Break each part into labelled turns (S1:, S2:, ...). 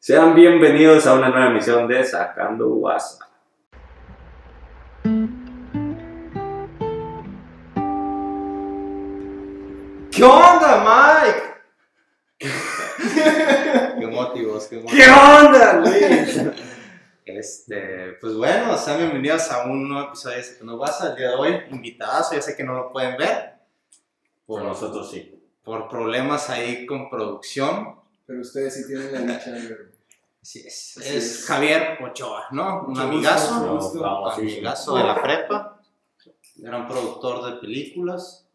S1: Sean bienvenidos a una nueva emisión de Sacando WhatsApp. ¿Qué onda, Mike?
S2: Qué motivos, qué motivos.
S1: ¿Qué onda, Luis?
S2: Este, pues bueno, sean bienvenidos a un nuevo episodio de Second WhatsApp. El día de hoy, invitadas, ya sé que no lo pueden ver
S1: Por
S2: por,
S1: nosotros sí.
S2: por problemas ahí con producción.
S3: Pero ustedes sí tienen la dicha de verlo.
S2: Así es.
S3: Así
S2: es
S3: es.
S2: Javier Ochoa, ¿no? Un
S3: Mucho
S2: amigazo,
S3: gusto,
S1: No, vamos, sí, sí.
S2: amigazo de la prepa, gran productor de películas,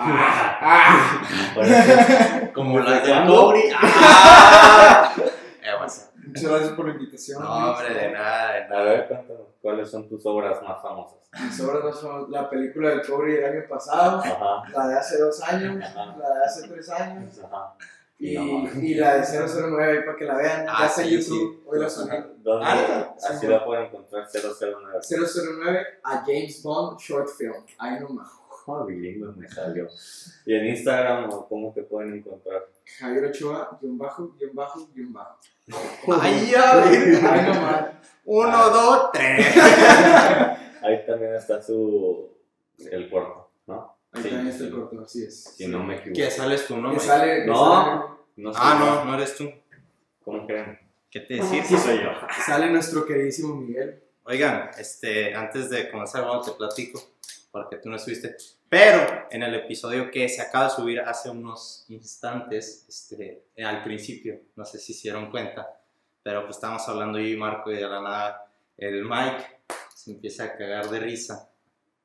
S1: Ah.
S2: Ah.
S1: Por eso,
S2: como la de
S1: ¿Cuándo?
S2: Cobri. ¡Ah! Eh, bueno,
S3: Muchas gracias por la invitación.
S2: No, hombre, de nada, de
S1: A
S2: nada.
S1: ver, cuéntanos, ¿cuáles son tus obras más famosas?
S3: Mis obras más famosas, la película del cobre del año pasado,
S1: Ajá,
S3: la de hace dos años,
S1: Ajá.
S3: la de hace tres años
S1: ajá.
S3: y,
S1: No.
S3: y la de 009 ahí para que la vean.
S2: Ah,
S3: ya está en
S2: sí,
S3: YouTube, hoy la subí.
S1: ¿Dónde?
S2: Ah,
S1: Así
S3: sí.
S1: la pueden encontrar 009.
S3: 009 a James Bond Short Film. Ahí nomás.
S1: Joder, bilingüe me salió. ¿Y en Instagram o cómo te pueden encontrar?
S3: Javier Ochoa, guión bajo, guión bajo, guión bajo.
S2: Ay, ya, güey.
S3: Ahí nomás.
S2: Uno, dos, tres.
S1: Ahí también está su. el corto, ¿no?
S3: Ahí
S1: Sí,
S3: también está el
S1: sí.
S3: corto, así es.
S1: Si no me equivoco.
S2: ¿Qué sales tú, no?
S3: Que
S2: Mike?
S3: sale, que
S1: No. No sé.
S2: Ah, no, no eres tú.
S1: ¿Cómo creen?
S2: ¿Qué te decir?
S1: Sí, soy yo.
S3: sale, sale nuestro queridísimo Miguel.
S2: Oigan, este, antes de comenzar, bueno, te platico, porque tú no estuviste, pero en el episodio que se acaba de subir hace unos instantes, este, eh, al principio, no sé si hicieron cuenta, pero pues estábamos hablando yo y Marco y de la nada, el Mike se empieza a cagar de risa,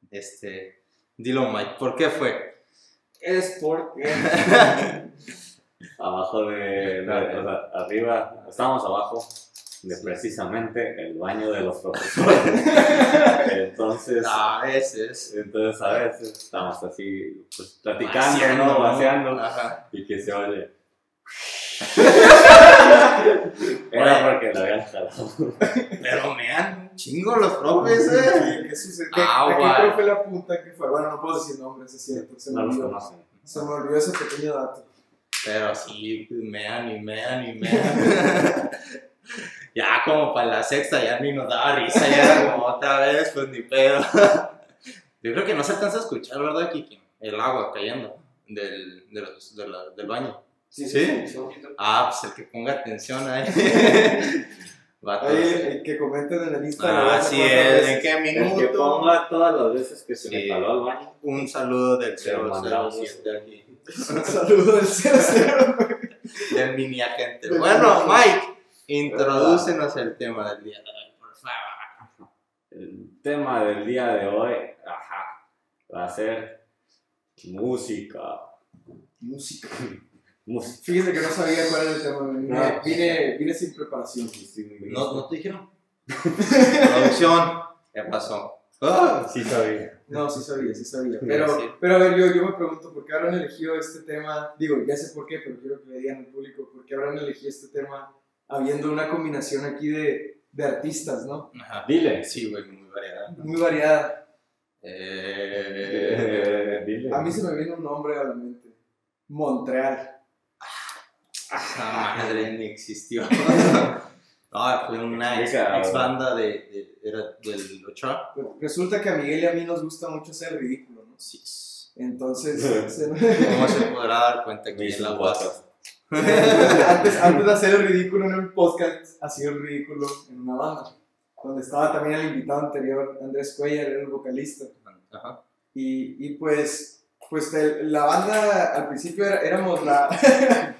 S2: este, dilo Mike, ¿por qué fue?
S3: Es porque.
S1: Abajo de. de- o sea, arriba. Estábamos abajo de precisamente el baño de los profesores. Entonces.
S2: A veces,
S1: Entonces a veces estamos así, pues platicando,
S2: vaciando,
S1: ¿no?
S2: ¿no?
S1: Vaciando.
S2: Ajá.
S1: Y que se oye.
S2: Bueno.
S1: Era porque la habían jalado.
S2: pero me han chingo los profes, eh.
S3: ¿Qué sucede?
S2: Ah,
S3: ¿A
S2: guay.
S3: qué profe la punta que fue? Bueno, no puedo decir nombres, es cierto. Se me,
S1: No los
S3: olvidó,
S1: conocen.
S3: se me olvidó ese pequeño dato.
S2: Pero sí, mean y mean y mean. ya como para la sexta ya ni nos daba risa, ya era como otra vez, pues ni pedo. Yo creo que no se alcanza a escuchar, ¿verdad, Kiki? El agua cayendo del, de los- de la- del baño.
S3: Sí,
S2: sí, sí, Ah, pues el que ponga atención ahí. Vato.
S3: Oye, eh, que comenten en la lista.
S2: Ah, sí, es. ¿En qué
S1: El que
S2: minuto?
S1: ponga todas las veces que se me
S2: Sí.
S1: jaló al baño.
S2: Un saludo del
S1: Te lo mandamos.
S2: 007 aquí.
S3: Un saludo del 00.
S2: del mini agente.
S3: Del
S2: Bueno,
S3: mini
S2: Mike, introdúcenos el tema del día de hoy, por favor.
S1: El tema del día de hoy, ajá, va a ser música.
S3: Música.
S1: Música.
S3: Fíjense que no sabía cuál era el tema. Vine,
S1: Ah.
S3: vine, vine sin preparación.
S2: ¿No, no te dijeron? Producción, ¿qué pasó? Ah,
S1: Sí sabía.
S3: No, sí sabía, sí sabía.
S1: Sí,
S3: Pero,
S2: sí.
S3: pero a ver, yo, yo me pregunto por qué habrán elegido este tema. Digo, ya sé por qué, pero quiero que le digan al público por qué habrán elegido este tema habiendo una combinación aquí de, de artistas, ¿no?
S2: ajá.
S1: Dile.
S2: Sí, güey, muy variada. ¿no?
S3: Muy variada.
S2: Eh,
S1: Eh, dile.
S3: A mí se me viene un nombre a la mente. Montreal.
S2: esa madre ni existió. No, fue una ex,
S1: Venga.
S2: ex banda de, de- era del Ochoa.
S3: Resulta que a Miguel y a mí nos gusta mucho hacer ridículo, ¿no?
S2: Sí.
S3: Entonces, se-
S2: ¿Cómo se podrá dar cuenta
S1: Me
S2: aquí en
S1: hizo
S2: la
S1: un
S2: WhatsApp?
S1: WhatsApp.
S3: antes, antes de hacer el ridículo en un podcast, hacía el ridículo en una banda, donde estaba también el invitado anterior, Andrés Cuellar, era el vocalista.
S2: Ajá.
S3: Y, y pues, pues de- la banda al principio era- éramos, la,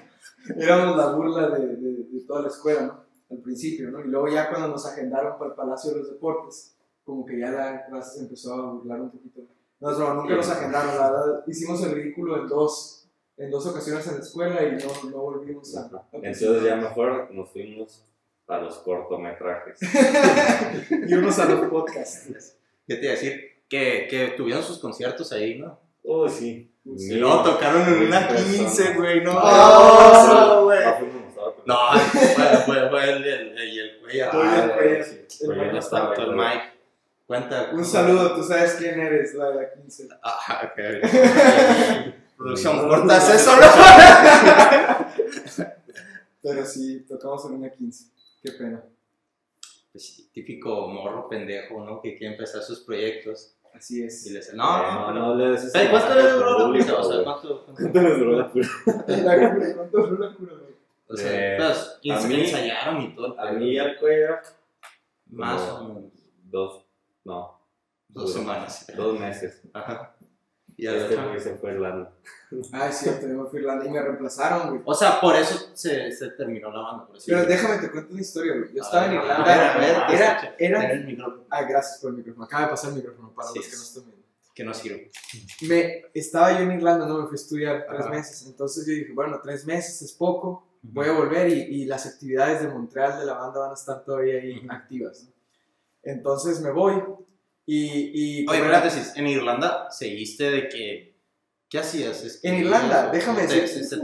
S3: éramos la burla de, de- de toda la escuela, ¿no? Al principio, ¿no? Y luego ya cuando nos agendaron para el Palacio de los Deportes, como que ya la clase se empezó a burlar un poquito. No, no, nunca nos agendaron, la verdad. Hicimos el ridículo en dos, en dos ocasiones en la escuela y no, no volvimos a...
S1: Ajá. Entonces ya mejor nos fuimos a los cortometrajes.
S3: Y unos a los podcasts.
S2: ¿Qué te iba a decir? Que, que tuvieron sus conciertos ahí, ¿no?
S1: Oh, sí.
S3: Sí,
S2: Y luego tocaron en una
S1: Mil
S2: 15,
S1: personas.
S2: güey, no.
S3: Ah,
S2: no, güey.
S1: Ah, fuimos nosotros.
S2: No, fue, fue, fue el, el, el, el güey.
S3: Tú y
S2: Ah,
S3: el
S2: güey.
S3: Cuellar. El
S1: Pero yo no
S3: Mike.
S1: estaba.
S2: Exacto, el Mike. Cuenta.
S3: Un saludo, tú sabes quién eres, la de la 15.
S2: Ah, ok. Producción, cortas eso, ¿no?
S3: Pero sí, tocamos en una 15. Qué pena.
S2: Pues, típico morro pendejo, ¿no? Que quiere empezar sus proyectos
S3: Así
S2: y
S3: es.
S2: le dice, no, no, no.
S1: Eh, no le des ese
S2: Ey, ¿Cuánto le duró la
S1: público,
S2: pizza? O sea,
S1: güey.
S2: ¿cuánto?
S1: ¿Cuánto le duró la pizza?
S3: La cura, ¿cuánto duró la cura, güey?
S2: O sea,
S1: Eh,
S2: pues, y
S1: a
S2: se
S1: mí-
S2: ensayaron y todo.
S1: A mí ya fue
S2: Más
S1: como
S2: o menos.
S1: dos, no,
S2: Dos
S1: duró.
S2: semanas.
S1: dos meses.
S2: Ajá. Y
S1: Y
S2: al
S1: este
S2: otro-
S1: güey se fue a Irlanda.
S3: Ah, es cierto, yo me fui a Irlanda y me reemplazaron, güey.
S2: O sea, por eso se, se terminó la banda. Por así
S3: Pero
S2: decirlo.
S3: déjame te cuento una historia, güey. Yo
S2: A
S3: estaba en
S2: ver, Ah, a
S3: Irlanda.
S2: ver, a ver, que
S3: era,
S2: Tener
S3: era...
S2: el micrófono
S3: Ah, gracias por el micrófono. Acaba de pasar el micrófono para
S2: Sí.
S3: los que no están viendo.
S2: que no sirve.
S3: Me, estaba yo en Irlanda, no me fui a estudiar tres
S2: Ajá.
S3: meses. Entonces yo dije, bueno, tres meses es poco. voy a volver y, y las actividades de Montreal de la banda van a estar todavía ahí
S2: Ujú.
S3: activas. ¿no? Entonces me voy y... y
S2: Oye,
S3: como era-
S2: paréntesis, en Irlanda seguiste de que. ¿Qué hacías?
S3: En Irlanda, déjame
S2: decir.
S3: decir-
S2: este,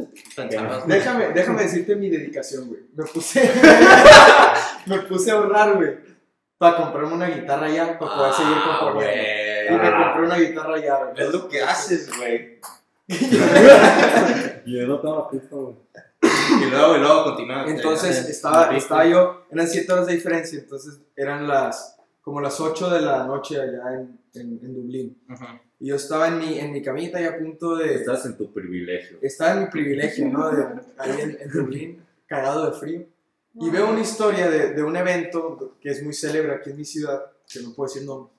S2: pensabas,
S3: déjame, déjame decirte mi dedicación, güey. Me puse, me puse a ahorrar, güey, para comprarme una guitarra ya, para poder seguir
S2: "Ah,
S3: componiendo.
S2: güey,
S3: Y me compré una guitarra ya, güey.
S2: Es lo que haces, güey.
S1: Y yo no estaba pista, güey.
S2: Y luego, y luego continúa.
S3: Entonces estaba, estaba yo, eran 7 horas de diferencia, entonces eran las, como las 8 de la noche allá en, en, en Dublín. Y yo estaba en mi, en mi camita y a punto de...
S1: Estás en tu privilegio.
S3: estaba en mi privilegio, ¿no? De, ahí en, en Dublín, cagado de frío. Y veo una historia de, de un evento que es muy célebre aquí en mi ciudad, que no puedo decir nombre.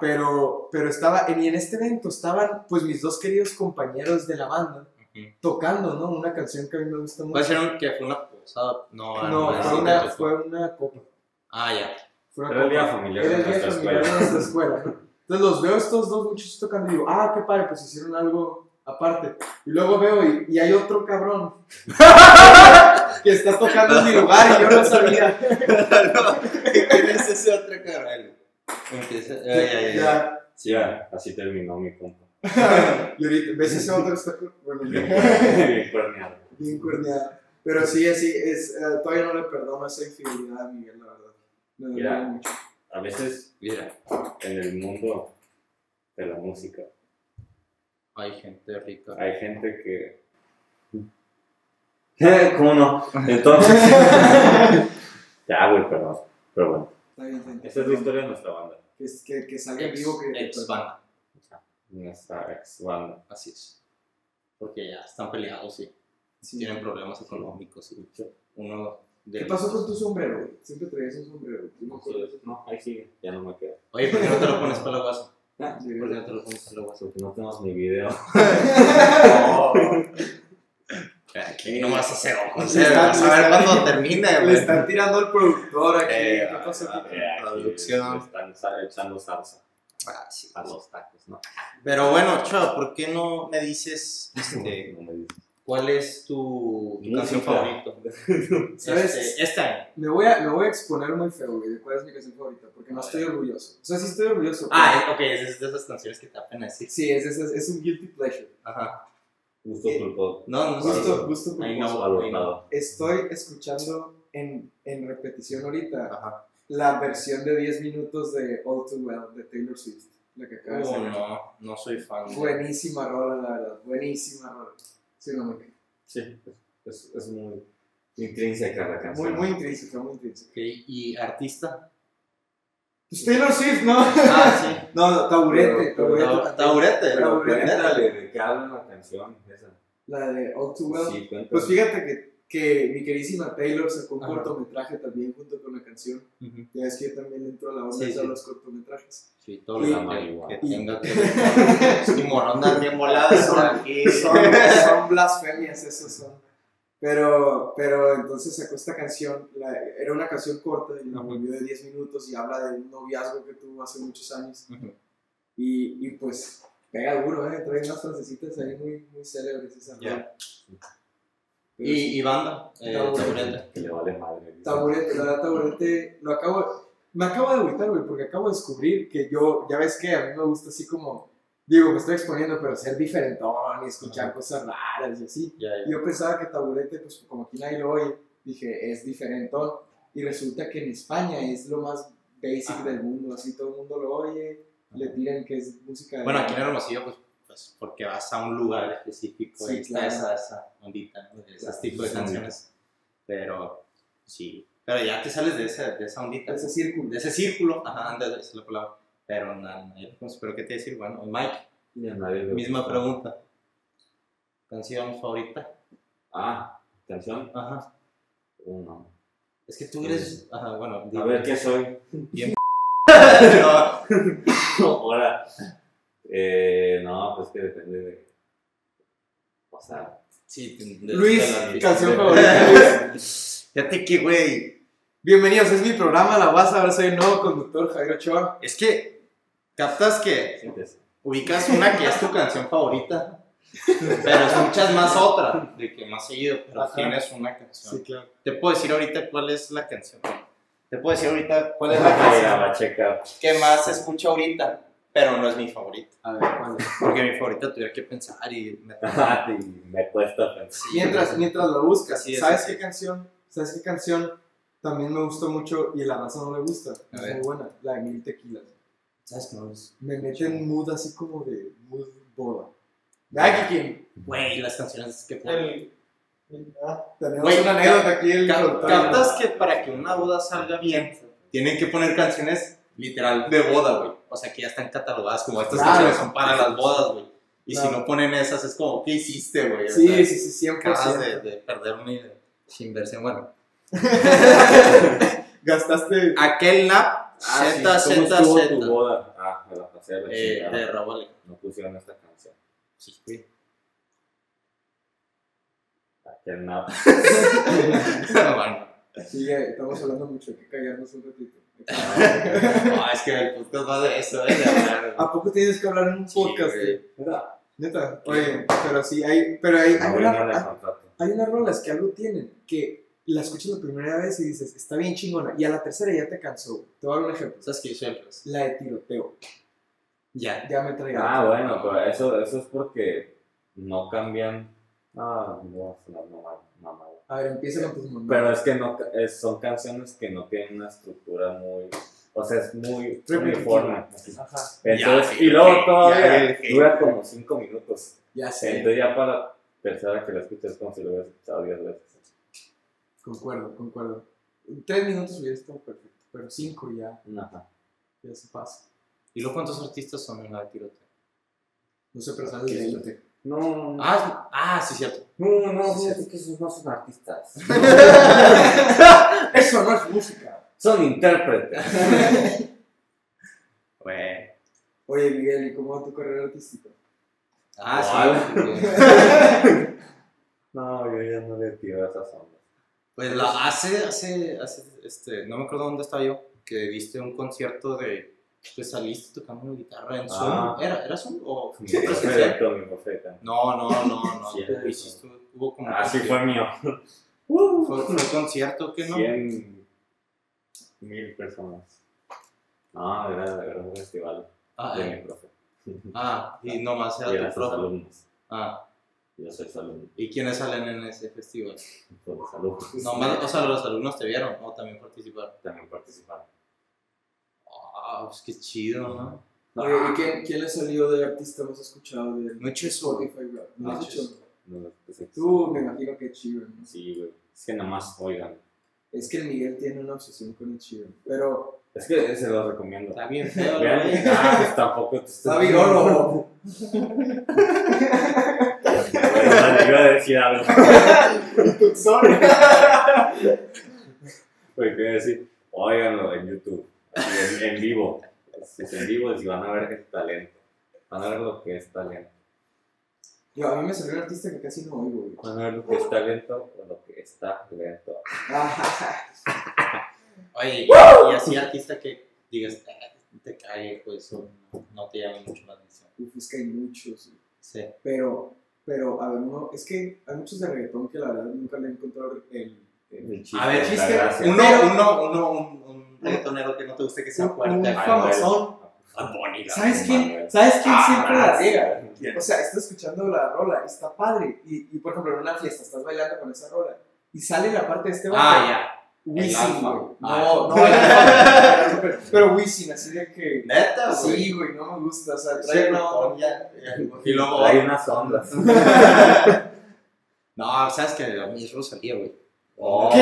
S3: Pero, pero estaba, y en este evento estaban pues mis dos queridos compañeros de la banda
S2: Ujú.
S3: tocando, ¿no? Una canción que a mí me gusta
S2: ¿Puede
S3: mucho.
S2: ser un- que fue una posada? No,
S3: No,
S2: era
S3: fue
S2: así,
S3: una,
S2: te tocó.
S3: fue una copa.
S2: Ah, ya.
S3: Fue una
S1: Era el
S3: copa.
S1: día familiar
S3: Era
S1: de
S3: el día
S1: nuestra
S3: familiar de
S1: escuela.
S3: nuestra escuela, ¿no? Entonces los veo estos dos muchachos tocando y digo, ah, qué padre, pues hicieron algo aparte. Y luego veo y, y hay otro cabrón que está tocando en mi lugar y yo no sabía.
S2: ¿Quién es ese otro cabrón? Empieza. Ya, ya, ya, ya.
S3: Ya.
S1: Sí, ya, así terminó mi compa.
S3: Y ahorita, ¿ves ese otro que está cu- bueno,
S1: Bien
S3: bien
S1: bien cuerneado.
S3: cuerneado? Pero sí, así es, eh, todavía no le perdono esa infidelidad a Miguel, la verdad. Me dolió
S1: Mira.
S3: mucho.
S1: A veces
S2: Mira,
S1: en el mundo de la música
S2: hay gente rica.
S1: hay gente que... Eh, ¿Cómo no? Entonces... ya, güey, perdón. Pero bueno,
S3: Está bien, está bien.
S1: esa es la historia de nuestra banda.
S3: Que, que, que salga en vivo que...
S2: Ex banda,
S1: Nuestra ex banda.
S2: así es. Porque ya están peleados y
S3: Sí.
S2: tienen problemas económicos. Y uno de
S3: ¿Qué pasó con tu sombrero? güey? Siempre traías un sombrero. Yo me acuerdo.
S1: No, ahí sigue. Ya no me queda.
S2: Oye, ¿por qué no te lo pones para la guasa?
S3: Ah, sí,
S2: ¿Por qué
S3: verdad.
S2: no te lo pones para la guasa?
S1: Porque no tenemos mi video.
S2: Aquí no vas a hacer ojos.
S3: Le
S2: eh,
S3: están-
S2: Vas
S3: le
S2: a ver
S3: están-
S2: cuándo termina.
S3: Le
S2: güey.
S3: están tirando al productor aquí.
S2: Eh,
S3: ¿Qué pasó aquí?
S1: Eh, aquí
S2: Traducción.
S1: le Están sa- echando salsa
S2: Ah, sí,
S1: a
S2: pues.
S1: los tacos, ¿no?
S2: Pero bueno, Chava, ¿por qué no me dices este,
S1: No me digas.
S2: cuál es tu, tu
S1: Música.
S2: canción favorita?
S3: ¿Sabes?
S2: Este, este año.
S3: Me voy, a, me voy a exponer muy feo, güey, de cuál es mi canción favorita, porque no estoy orgulloso. O sea, sí estoy orgulloso.
S2: Ah, eh, ok, es de esas canciones que te apenas
S3: pero-
S2: decir.
S3: Sí, es, es, es un guilty pleasure.
S2: Ajá.
S1: Gusto
S3: Eh,
S1: culposo.
S2: No, no,
S1: Justo.
S2: no.
S3: Gusto, gusto
S2: Ay,
S3: culposo.
S2: Ah, no.
S1: Valorado.
S3: Estoy escuchando en, en repetición ahorita
S2: Ajá.
S3: la versión de 10 minutos de All Too Well de Taylor Swift, la que acaba de
S2: Oh,
S3: sacar.
S2: no, no soy fan. güey.
S3: Buenísima rola, la verdad. Buenísima rola. Sí, no me
S1: Sí, es, es muy intrínseca la
S3: Muy,
S1: canción.
S3: muy intrínseca, muy intrínseca.
S2: Ok, ¿Y artista?
S3: Pues Taylor Swift, ¿no?
S2: Ah,
S3: No, no, taburete,
S1: Pero- pero
S3: taburete.
S2: Tau-
S3: también.
S2: Taburete.
S1: Pero
S3: Taburete.
S1: cuéntale de qué habla la canción esa.
S3: La de All Too Well.
S1: Sí, cuéntale.
S3: Pues fíjate que, que mi queridísima Taylor sacó un
S2: Ajá.
S3: cortometraje también junto con la canción.
S2: sí. Ujú.
S3: Ya es que yo también entro a la onda
S2: Sí,
S3: de hacer
S2: sí.
S3: los cortometrajes.
S2: Sí, todo
S3: Y-
S2: lo que,
S1: marihuana.
S2: que tenga que ver con limonadas bien moladas por aquí.
S3: Son, son blasfemias, eso son. Pero, pero entonces sacó esta canción, la- era una canción corta y la
S2: Ajá.
S3: volvió de 10 minutos y habla de un noviazgo que tuvo hace muchos años.
S2: Ujú.
S3: Y, y pues pega duro, ¿eh? Trae unas frasecitas ahí muy, muy célebres esa
S2: Ya.
S3: rola. Pero sí.
S2: ¿Y, y banda? Eh,
S3: Taburete.
S2: taburete.
S1: Que le vale madre. dice.
S3: Taburete, la verdad, taburete, lo acabo, me acabo de agüitar, güey, porque acabo de descubrir que yo, ya ves que a mí me gusta así como, digo, me estoy exponiendo, pero ser diferentón y escuchar cosas raras y así.
S2: Ya, ya.
S3: Yo pensaba que taburete, pues como aquí nadie lo oye, dije, es diferentón, y resulta que en España es lo más basic
S2: Ajá.
S3: del mundo, así todo el mundo lo oye, le tiran que es música de...
S2: Bueno, aquí en Hermosillo, pues, pues, porque vas a un lugar específico
S3: Sí,
S2: y está
S3: claro.
S2: esa, esa ondita, ¿no? De esos
S1: Claro,
S2: tipos de
S1: esa ondita.
S2: canciones. Pero sí, pero ya te sales de esa, de esa ondita,
S3: ese círculo.
S2: de ese círculo, ajá, anda, esa es la palabra. Pero nada, nadie lo conoce. pero ¿qué te decir? Bueno, Mike,
S1: Ni a nadie le
S2: misma
S1: gusta.
S2: pregunta. ¿Canción favorita?
S1: Ah, canción.
S2: Ajá.
S1: Uno.
S2: Es que tú eres. Ajá, bueno.
S1: A
S2: dime.
S1: ver qué soy.
S2: Pero,
S1: Ahora. Eh, no, pues que depende de. O sea,
S2: sí, te- te-
S3: Luis,
S2: te la-
S3: canción
S1: te-
S3: favorita. Luis.
S2: Fíjate que, güey.
S3: Bienvenidos, es mi programa La Baza. Ahora soy el nuevo conductor, Javier Ochoa.
S2: Es que. ¿Captas que
S1: sientes.
S2: ubicas una que es tu canción favorita, pero escuchas más otra, de que más seguido, pero
S3: Ajá.
S2: tienes una canción.
S3: claro.
S2: Te puedo decir ahorita cuál es la canción. Te puedo decir ahorita cuál es la
S1: Mira, va
S2: canción
S1: a checar.
S2: que más escucho ahorita, pero no es mi favorita.
S3: A ver, ¿cuál es?
S2: Porque mi favorita tuviera que pensar y me
S1: Y me cuesta pensar.
S3: Mientras, mientras lo buscas,
S2: Así es,
S3: ¿sabes
S2: así
S3: qué canción? ¿Sabes qué canción también me gustó mucho y a la raza no le gusta?
S2: A
S3: Es
S2: ver.
S3: muy buena, la de Mil Tequilas.
S2: ¿Sabes qué no es?
S3: Me mete en mood así como de mood boda. ¿Verdad, Kiki?
S2: Güey, las canciones que
S3: El- Ah, tenemos
S2: Güey,
S3: una anécdota aquí. El
S2: Cap-
S3: contar.
S2: Captas que para que una boda salga bien, tienen que poner canciones literal de boda, güey. O sea, que ya están catalogadas como estas
S3: Claro.
S2: canciones son para las bodas, güey. Y si
S3: Claro.
S2: no ponen esas, es como, ¿qué hiciste, güey? O sea,
S3: Sí, sí, sí, 100%.
S2: Acabas de, de perder una inversión. Bueno,
S3: Gastaste.
S2: aquel nap
S1: Ah, sí,
S2: Z,
S1: ¿cómo
S2: Z,
S1: estuvo
S2: Z,
S1: tu boda? Ah, me la pasé a la
S2: eh,
S1: chingada.
S2: de Raúl Alejandro.
S1: No pusieron esta canción.
S2: Sí, güey.
S1: Aquel nap.
S2: Bueno,
S3: Sí, eh, estamos hablando mucho, hay que callarnos un ratito.
S2: no, es que el podcast va de eso, ¿eh? De hablar, güey.
S3: ¿A poco tienes que hablar en un
S2: Sí,
S3: podcast?
S2: güey.
S3: tío?
S1: Mira,
S3: Neta, oye, pero sí, hay, pero hay, hay
S1: no
S3: una-
S1: viene
S3: hay-
S1: el contrato.
S3: hay unas rolas que algo tienen que la escuchas la primera vez y dices, está bien chingona, y a la tercera ya te cansó. Te voy a dar un ejemplo.
S2: ¿Sabes que yo soy el plus?
S3: La de tiroteo,
S2: Ya.
S3: ya me traigo.
S1: Ah, bueno, pero eso, eso es porque no cambian. Ah, no, es una mamada. mamada.
S3: A ver, empieza con tus mamás.
S1: Pero es que no, es- son canciones que no tienen una estructura muy. O sea, es muy
S3: Repetitivo.
S1: uniforme.
S3: Ajá,
S1: Entonces,
S2: Ya,
S1: y luego
S2: ok,
S1: todavía
S2: ya, ok.
S1: dura como 5 minutos.
S3: ya sé,
S1: Entonces, ya para tercera que la escuchas, como si lo hubieras escuchado 10 veces.
S3: concuerdo, concuerdo. En tres minutos hubiera estado perfecto, pero cinco ya,
S1: Ajá.
S3: ya se pasa.
S2: ¿Y luego cuántos artistas son en la de tiroteo?
S3: No sé, pero sale de
S1: Sí, sí.
S3: 20.
S1: No, no, no.
S2: Ah, ah, sí, cierto.
S1: No, no,
S2: Sí,
S1: fíjate que esos no son artistas.
S3: Eso no es música.
S1: son intérpretes.
S2: Güey.
S3: Oye, Miguel, ¿y cómo va tu carrera artística?
S2: Ah, sí.
S1: ¿Cuál?
S2: güey.
S1: No, yo ya no le tiro a esas ondas.
S2: Pues la hace, hace, hace, este, no me acuerdo dónde estaba yo, que diste un concierto de, que saliste tocando guitarra en Zoom.
S1: Ah.
S2: ¿Era, ¿Era Zoom o
S1: Mi
S2: fue
S1: profe
S2: presencial?
S1: de canto, mi profe de canto.
S2: No, no, no, no.
S1: Sí,
S2: tú
S1: era
S2: hiciste, hubo como.
S1: Ah, sí, fue mío. Uh,
S2: Fue, fue un concierto que no.
S1: 100 mil personas. No, era, era un festival
S2: Ah,
S1: de mi
S2: eh,
S1: profe.
S2: ah, y nomás
S1: Y
S2: era
S1: eran sus
S2: tu profe.
S1: alumnos.
S2: Ah,
S1: Yo soy su alumno.
S2: ¿y quiénes salen en ese festival?
S1: Por los alumnos.
S2: Nomás, o sea, los alumnos te vieron o también participaron.
S1: También participaron.
S2: Ah, pues qué chido, ¿no?
S3: Oye, ¿y quién, quién le salió de artista más escuchado de
S2: No he hecho eso, güey.
S3: Spotify, bro? No
S1: Ah,
S3: has hecho.
S1: No, pues,
S3: Tú me imagino que Sheeran. ¿no?
S1: Sí, güey. Es que nada más oigan.
S3: Es que el Miguel tiene una obsesión con el Sheeran. Pero
S1: Es que se los recomiendo.
S2: Está bien feo,
S1: Vean,
S2: güey.
S1: ah, pues, tampoco te
S3: está virolo.
S1: Bueno, Iba a decir algo. Porque iba a decir, óiganlo en YouTube, así, en, en vivo. Si es en vivo, si van a ver el talento. Van a ver lo que es talento.
S3: Yo, a mí me salió un artista que casi no oigo, güey.
S1: Van a ver lo que es talento o lo que está lento.
S3: Ah,
S2: Oye, y, y así artista que digas, "Ah, te cae, pues o no, no te llama mucho la atención.
S3: uf, es pues que hay muchos. güey.
S2: Sí.
S3: Pero, pero, a ver, uno, es que hay muchos de reggaetón que la verdad nunca le he encontrado el. el-
S1: El chiste,
S2: A ver,
S1: la
S3: chiste,
S1: gracia.
S2: Uno,
S3: Pero-
S2: uno, uno, un, un reggaetonero que no te guste que sea
S3: Un- un
S2: fuerte.
S1: Ay, güey.
S3: famosón.
S1: Ah,
S2: Bad Bunny, la
S3: ¿Sabes
S2: bomba,
S3: quién?
S2: güey.
S3: ¿Sabes quién
S2: Ah,
S3: siempre la riega?
S2: ¿Quién?
S3: O sea, estás escuchando la rola, está padre. Y, y por ejemplo, en una fiesta estás bailando con esa rola. Y sale la parte de este vato.
S2: Ah,
S3: Wisin,
S2: el alfa.
S3: güey.
S2: Ah,
S3: No, no,
S2: el alfa.
S3: el alfa. Pero Wisin, así de
S2: ya.
S3: que.
S2: Neta, güey.
S3: Sí, güey, no me gusta. O sea,
S2: Sí,
S3: trae una
S2: no,
S3: onda.
S2: ya, ya. Y luego.
S1: Hay unas ondas.
S2: No, sabes que a mí es Rosalía, güey.
S1: Oh,
S3: ¿Qué?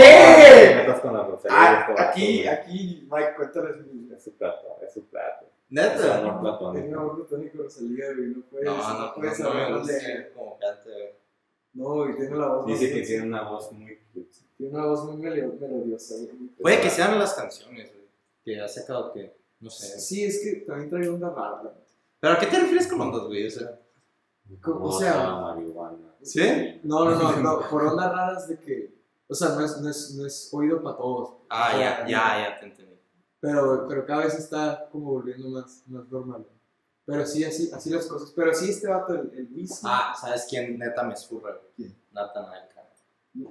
S1: me metas con la grosería,
S3: Ah,
S1: este vato,
S3: aquí,
S1: güey.
S3: aquí, Mike, cuéntales mi.
S1: Es su plato, es su plato. Es
S2: Neta.
S1: amor
S3: Tenía
S1: platónico.
S3: un platónico Rosalía, güey. No puedes,
S2: No, no, no,
S3: puedes
S2: no me
S3: hablar
S2: gusta
S3: de.
S2: como canta, güey.
S3: No, güey, tiene la voz.
S1: Dice
S3: muy-
S1: que tiene una voz muy...
S3: tiene una voz muy melo- melodiosa, güey.
S2: Puede que sean las canciones, güey, que ha sacado que, no sé.
S3: Sí, es que también trae onda rara. güey.
S2: ¿Pero a qué te refieres con ondas, güey? O sea,
S3: ¿Cómo
S1: No,
S3: sea?
S1: no, marihuana.
S2: ¿Sí?
S3: No, no, no, no, por ondas raras de que. O sea, no es, no es, no es oído para todos.
S2: ah, ya, ya, ya te entendí.
S3: Pero, pero cada vez está como volviendo más, más normal. Pero sí, así, así las cosas. Pero sí, este vato, el, el Wiz,
S2: Ah, ¿sabes quién neta me escurra, güey?
S3: ¿Quién?
S2: Nathan Alcano.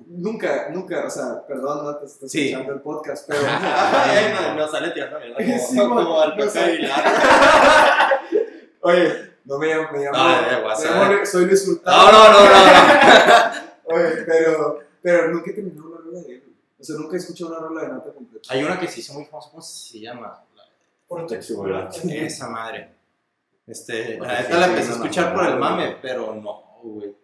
S3: Nunca, nunca, o sea, perdón, no te estás
S2: Sí.
S3: escuchando el podcast, pero.
S2: Ay, no, no, sale tirando mierda como,
S3: Sí,
S2: como al
S3: no
S2: Pepe
S3: sale.
S2: Aguilar.
S3: Oye, no me llamo. Me llamo,
S2: Ah, de
S3: me
S2: WhatsApp.
S3: llamo Lu- soy Luis
S2: No,
S3: Hurtado.
S2: no, no, no,
S3: Oye, pero, pero nunca he terminado una rola de él. O sea, nunca he escuchado una rola de Nata completa.
S2: Hay una que se hizo muy famosa, ¿cómo se llama? Esa madre. Este,
S1: Porque
S2: la
S1: sí,
S2: neta la
S1: sí,
S2: empecé a
S1: no, no,
S2: escuchar
S1: no,
S2: por el
S1: no,
S2: mame,
S1: no.
S2: pero no, güey.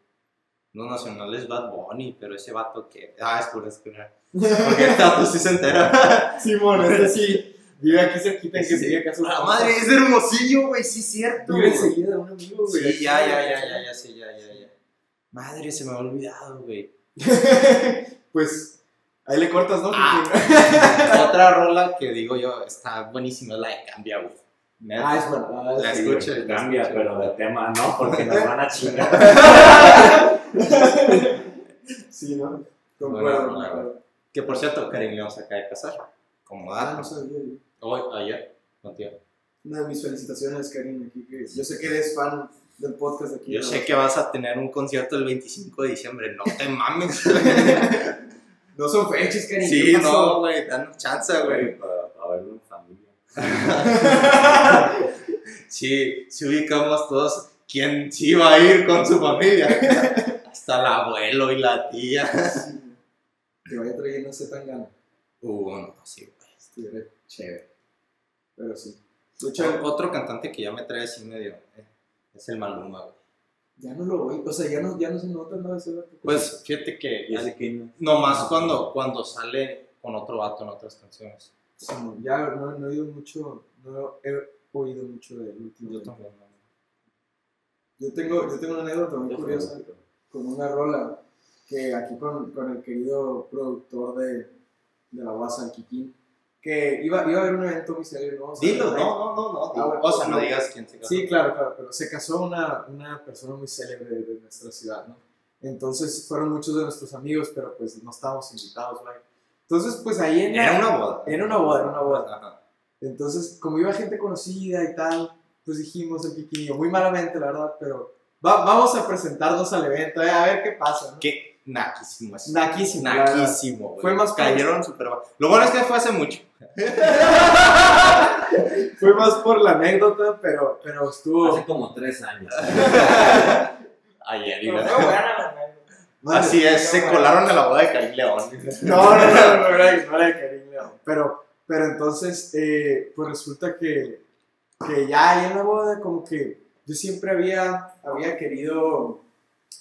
S2: No nacional es Bad Bunny, pero ese vato que. Ah, es pura, es pura. Porque el vato sí se entera.
S3: Simón, este sí. Vive aquí cerquita en que
S2: Sí.
S3: se vive acá a su
S2: La madre, es de hermosillo, güey, sí, es cierto.
S3: Vive
S2: güey.
S3: enseguida de un amigo, güey.
S2: Sí, ya, ya, ya, ya, ya, sí, ya, ya, ya. Madre, se me ha olvidado, güey.
S3: pues ahí le cortas, ¿no?
S2: Ah.
S3: Porque-
S2: Otra rola que digo yo está buenísima, la de Cambia, güey. Neta.
S3: Ah, es verdad.
S2: La
S3: sí.
S2: escucha, la
S1: Cambia,
S2: escucha.
S1: pero de tema no, porque nos van a chingar.
S3: Sí, ¿no?
S2: Buena
S3: Concuerdo.
S2: rola,
S3: concuerdo.
S2: Que por cierto, Karim León se acaba de casar. Como
S3: Ah,
S2: dato.
S3: no sabía. güey.
S2: Hoy, ayer, contigo.
S3: Una de mis felicitaciones, Karim, aquí que yo sé que eres fan del podcast aquí.
S2: Yo
S3: ¿no?
S2: sé que vas a tener un concierto el 25 de diciembre, no te mames.
S3: No son fechas, Karim.
S2: sí,
S3: ¿qué
S2: no,
S3: pasó?
S2: güey, danos chance, güey.
S1: Güey, para para verlo en familia.
S2: Sí, si ubicamos todos quién sí va a ir con su familia. Hasta el abuelo y la tía.
S3: Sí. Que vaya trayendo ese tan gana.
S2: Uh, no, sí, güey.
S3: Estuviera
S2: Chévere.
S3: Pero sí. De hecho,
S2: Otro cantante que ya me trae así medio eh, es el Maluma, güey.
S3: ya no lo voy. O sea, ya no, ya no se nota nada de ese vato.
S2: Pues fíjate que
S1: Y ese que
S2: nomás cuando, cuando sale con otro vato en otras canciones.
S3: Sí, no, ya no, no he oído mucho. No he oído mucho de él
S2: Yo
S3: últimamente.
S2: también. ¿no?
S3: Yo tengo, yo tengo una anécdota muy
S1: Yo
S3: curiosa
S1: tampoco.
S3: con una rola que aquí con, con el querido productor de, de la Guasa, el Kikín, que iba, iba a haber un evento muy serio, ¿no? O sea,
S2: Dilo,
S3: era-
S2: no, no, no, no.
S3: Ah,
S2: dilo.
S3: bueno,
S2: o sea, no
S3: pues,
S2: digas quién se casó.
S3: Sí, claro, claro, pero se casó una, una persona muy célebre de nuestra ciudad, ¿no? Entonces fueron muchos de nuestros amigos, pero pues no estábamos invitados, güey. Entonces, pues ahí en la-
S2: Era una boda.
S3: Era una boda, era una boda.
S2: Ajá.
S3: Entonces, como iba gente conocida y tal, pues dijimos el Kikín, y yo, muy malamente, la verdad, pero va- vamos a presentarnos al evento, eh, a ver qué pasa, ¿no?
S2: Qué naquísimo eso.
S3: Naquísimo, la verdad.
S2: Naquísimo, güey.
S3: Fue más
S2: Cayeron súper bajo. Lo bueno es que fue hace mucho.
S3: Fue más por la anécdota, pero, pero estuvo.
S1: Hace como tres años.
S2: Ayer,
S3: Pero
S2: iba.
S3: fue buena la anécdota. Madre,
S2: Así es,
S3: fue
S2: se
S3: buena.
S2: colaron a la boda de Karim León.
S3: No, no, no, no, era, no era de Karim León. Pero, pero entonces, eh, pues resulta que, que ya ahí en la boda, como que yo siempre había, había querido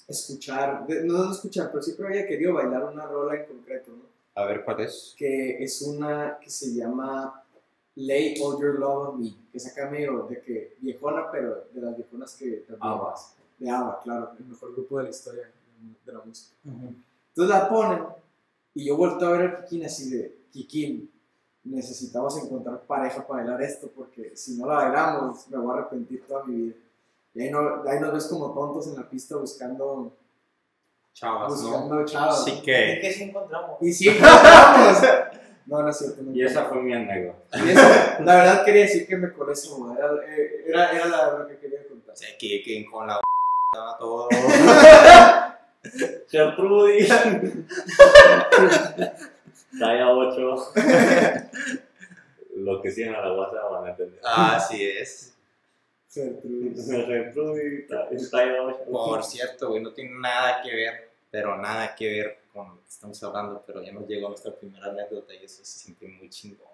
S3: escuchar, de- no, no escuchar, pero siempre había querido bailar una rola en concreto, ¿no?
S2: A ver, ¿cuál es?
S3: que es una que se llama Lay All Your Love on Me, que es acá medio de que viejona, pero de las viejonas que también
S1: ABBA.
S3: vas. De ABBA, claro, el mejor grupo de la historia de la música. Entonces la ponen y yo vuelto a ver a Kikín así de, Kikín, necesitamos encontrar pareja para bailar esto porque si no la bailamos me voy a arrepentir toda mi vida. Y ahí, no, ahí nos ves como tontos en la pista buscando,
S2: Chavas, ¿no?
S3: buscando chavas.
S2: Así que.
S4: ¿Qué sí encontramos?
S3: Y sí, encontramos. no, no es cierto. no
S1: Y esa
S3: encontramos.
S1: fue mi anécdota.
S3: Y eso, la verdad quería decir que me colé esa boda, era, eh, era, era la- lo que quería contar.
S2: Se que, que con la estaba todo.
S1: Gertrudis. Talla 8. Lo que siguen a la WhatsApp van a entender.
S2: Así es.
S3: Gertrudis.
S1: Gertrudis, ta- talla 8.
S2: Por cierto, güey, no tiene nada que ver, pero nada que ver con lo que estamos hablando, pero ya nos llegó nuestra primera anécdota y eso se siente muy chingón.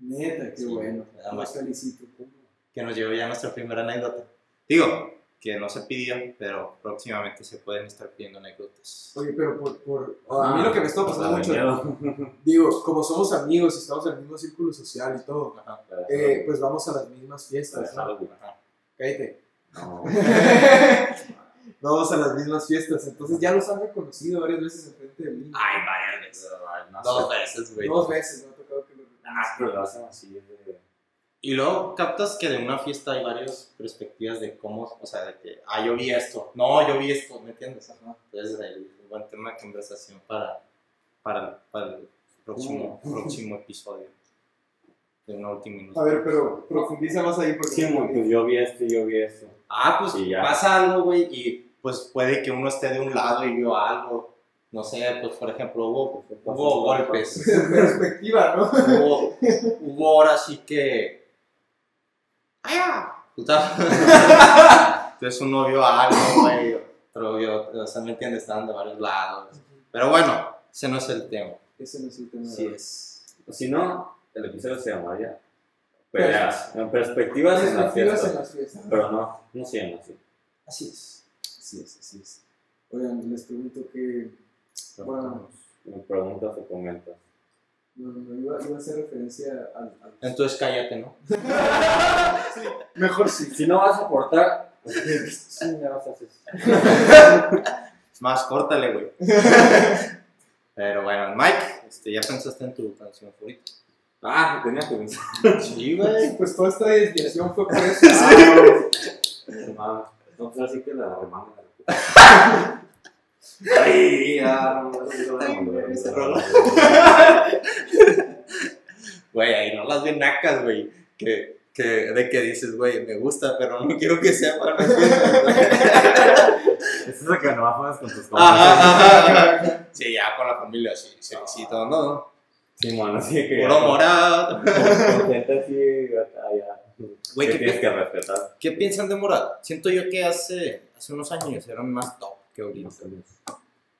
S3: Neta, qué
S2: Sí,
S3: bueno.
S2: nada
S3: Los
S2: más.
S3: felicito. pues.
S2: Que nos llegó ya nuestra primera anécdota. Digo, que no se pidió, pero próximamente se pueden estar pidiendo anécdotas.
S3: Oye, pero por, por- a
S2: ah,
S3: mí lo que me está pasando mucho, digo, como somos amigos y estamos en el mismo círculo social y todo,
S2: Ajá,
S3: eh, pues vamos a las mismas fiestas, ¿no?
S2: ajá.
S3: Cállate.
S1: No,
S3: vamos a las mismas fiestas, entonces ya los han reconocido varias veces enfrente de mí.
S2: Ay, varias veces.
S1: no
S2: Dos
S1: sé.
S2: veces, güey.
S3: Dos veces me ha tocado que lo
S1: Ah, pero lo hacen así de-
S2: Y luego captas que de una fiesta hay varias perspectivas de cómo, o sea, de que, ah, yo vi esto, no, yo vi esto, ¿me entiendes? Ajá. Entonces, el buen tema de conversación para, para, para el próximo, próximo episodio de una última
S3: Mm. A ver, pero profundiza más ahí porque...
S1: Sí, mo, pues yo vi esto y yo vi esto.
S2: Ah, pues
S1: Y ya.
S2: pasa algo, güey, y pues puede que uno esté de un lado y vio algo. No sé, pues por ejemplo, hubo, hubo golpes,
S3: perspectiva, ¿no?
S2: hubo, hubo horas sí que. ¡Ay, ah! Puta. Entonces uno vio algo, güey, otro vio, o sea, me entiendes, estaban de varios lados. Pero bueno, ese no es el tema.
S3: Ese no es el tema.
S2: Sí es.
S1: Si no, el episodio se llamaría Peleas. En perspectivas en la
S3: Perspectivas en
S1: fiesta.
S3: las fiestas.
S1: Pero no, no se llama así.
S2: Así es.
S3: Así es, así es. Oigan, les pregunto que... Bueno.
S1: Me preguntas o comentas.
S3: No, no, no, iba, iba a hacer referencia al... al-
S2: Entonces cállate, ¿no?
S3: Mejor sí.
S1: Si no vas a aportar, sí, me vas a hacer.
S2: Más córtale, güey. Pero bueno, Mike, este, ¿ya pensaste en tu canción favorita?
S1: Ah, tenía que pensar.
S2: Sí, güey.
S3: Pues toda esta desviación fue por eso.
S1: Ah, No, pues así que la hermana. Ay, ya, no, no, no,
S2: Ay,
S1: no,
S2: güey, ese
S1: no,
S2: rollo. Güey, hay rolas bien nacas, güey. Que, que, de que dices, güey, me gusta, pero no quiero que sea para
S1: Es eso que no bajas con tus
S2: Sí, ya con la familia, sí, sí, sí, todo, no.
S1: Sí, bueno, así que.
S2: Puro morado.
S1: Con gente así, allá.
S2: Güey,
S1: que
S2: ¿qué,
S1: tienes
S2: pi-
S1: que respetar.
S2: qué piensan de morado? Siento yo que hace, hace unos años eran más top que ahorita.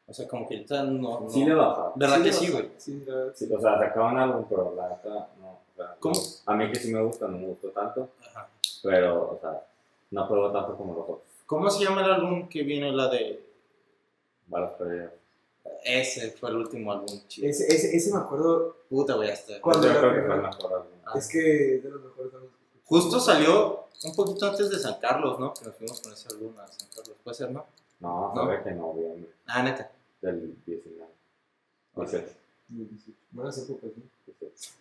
S2: O sea, como que ahorita no. no.
S1: Sí, le baja.
S2: ¿Verdad que sí, güey?
S3: Sí, la verdad.
S1: Sí, o sea, sacaban algo, pero la neta no. o sea,
S2: ¿Cómo?
S1: no. A mí que sí me gusta, no me gustó tanto.
S2: Ajá.
S1: Pero, o sea, no pruebo tanto como los otros.
S2: ¿Cómo se llama el álbum que viene la de.?
S1: Varios peleas.
S2: Ese fue el último álbum, chido.
S3: Ese, ese, ese me acuerdo,
S2: Puta, güey, hasta.
S3: ¿Cuál?
S1: Yo creo que fue el mejor álbum.
S2: Ah.
S3: es que es de los mejores álbumes que escuché.
S2: Justo salió un poquito antes de San Carlos, ¿no? Que nos fuimos con ese álbum a San Carlos. ¿Puede ser, no?
S1: No,
S2: No.
S1: sabe que no, noviembre
S2: Ah, neta.
S1: del 19. O sea,
S3: Buenas épocas, ¿no?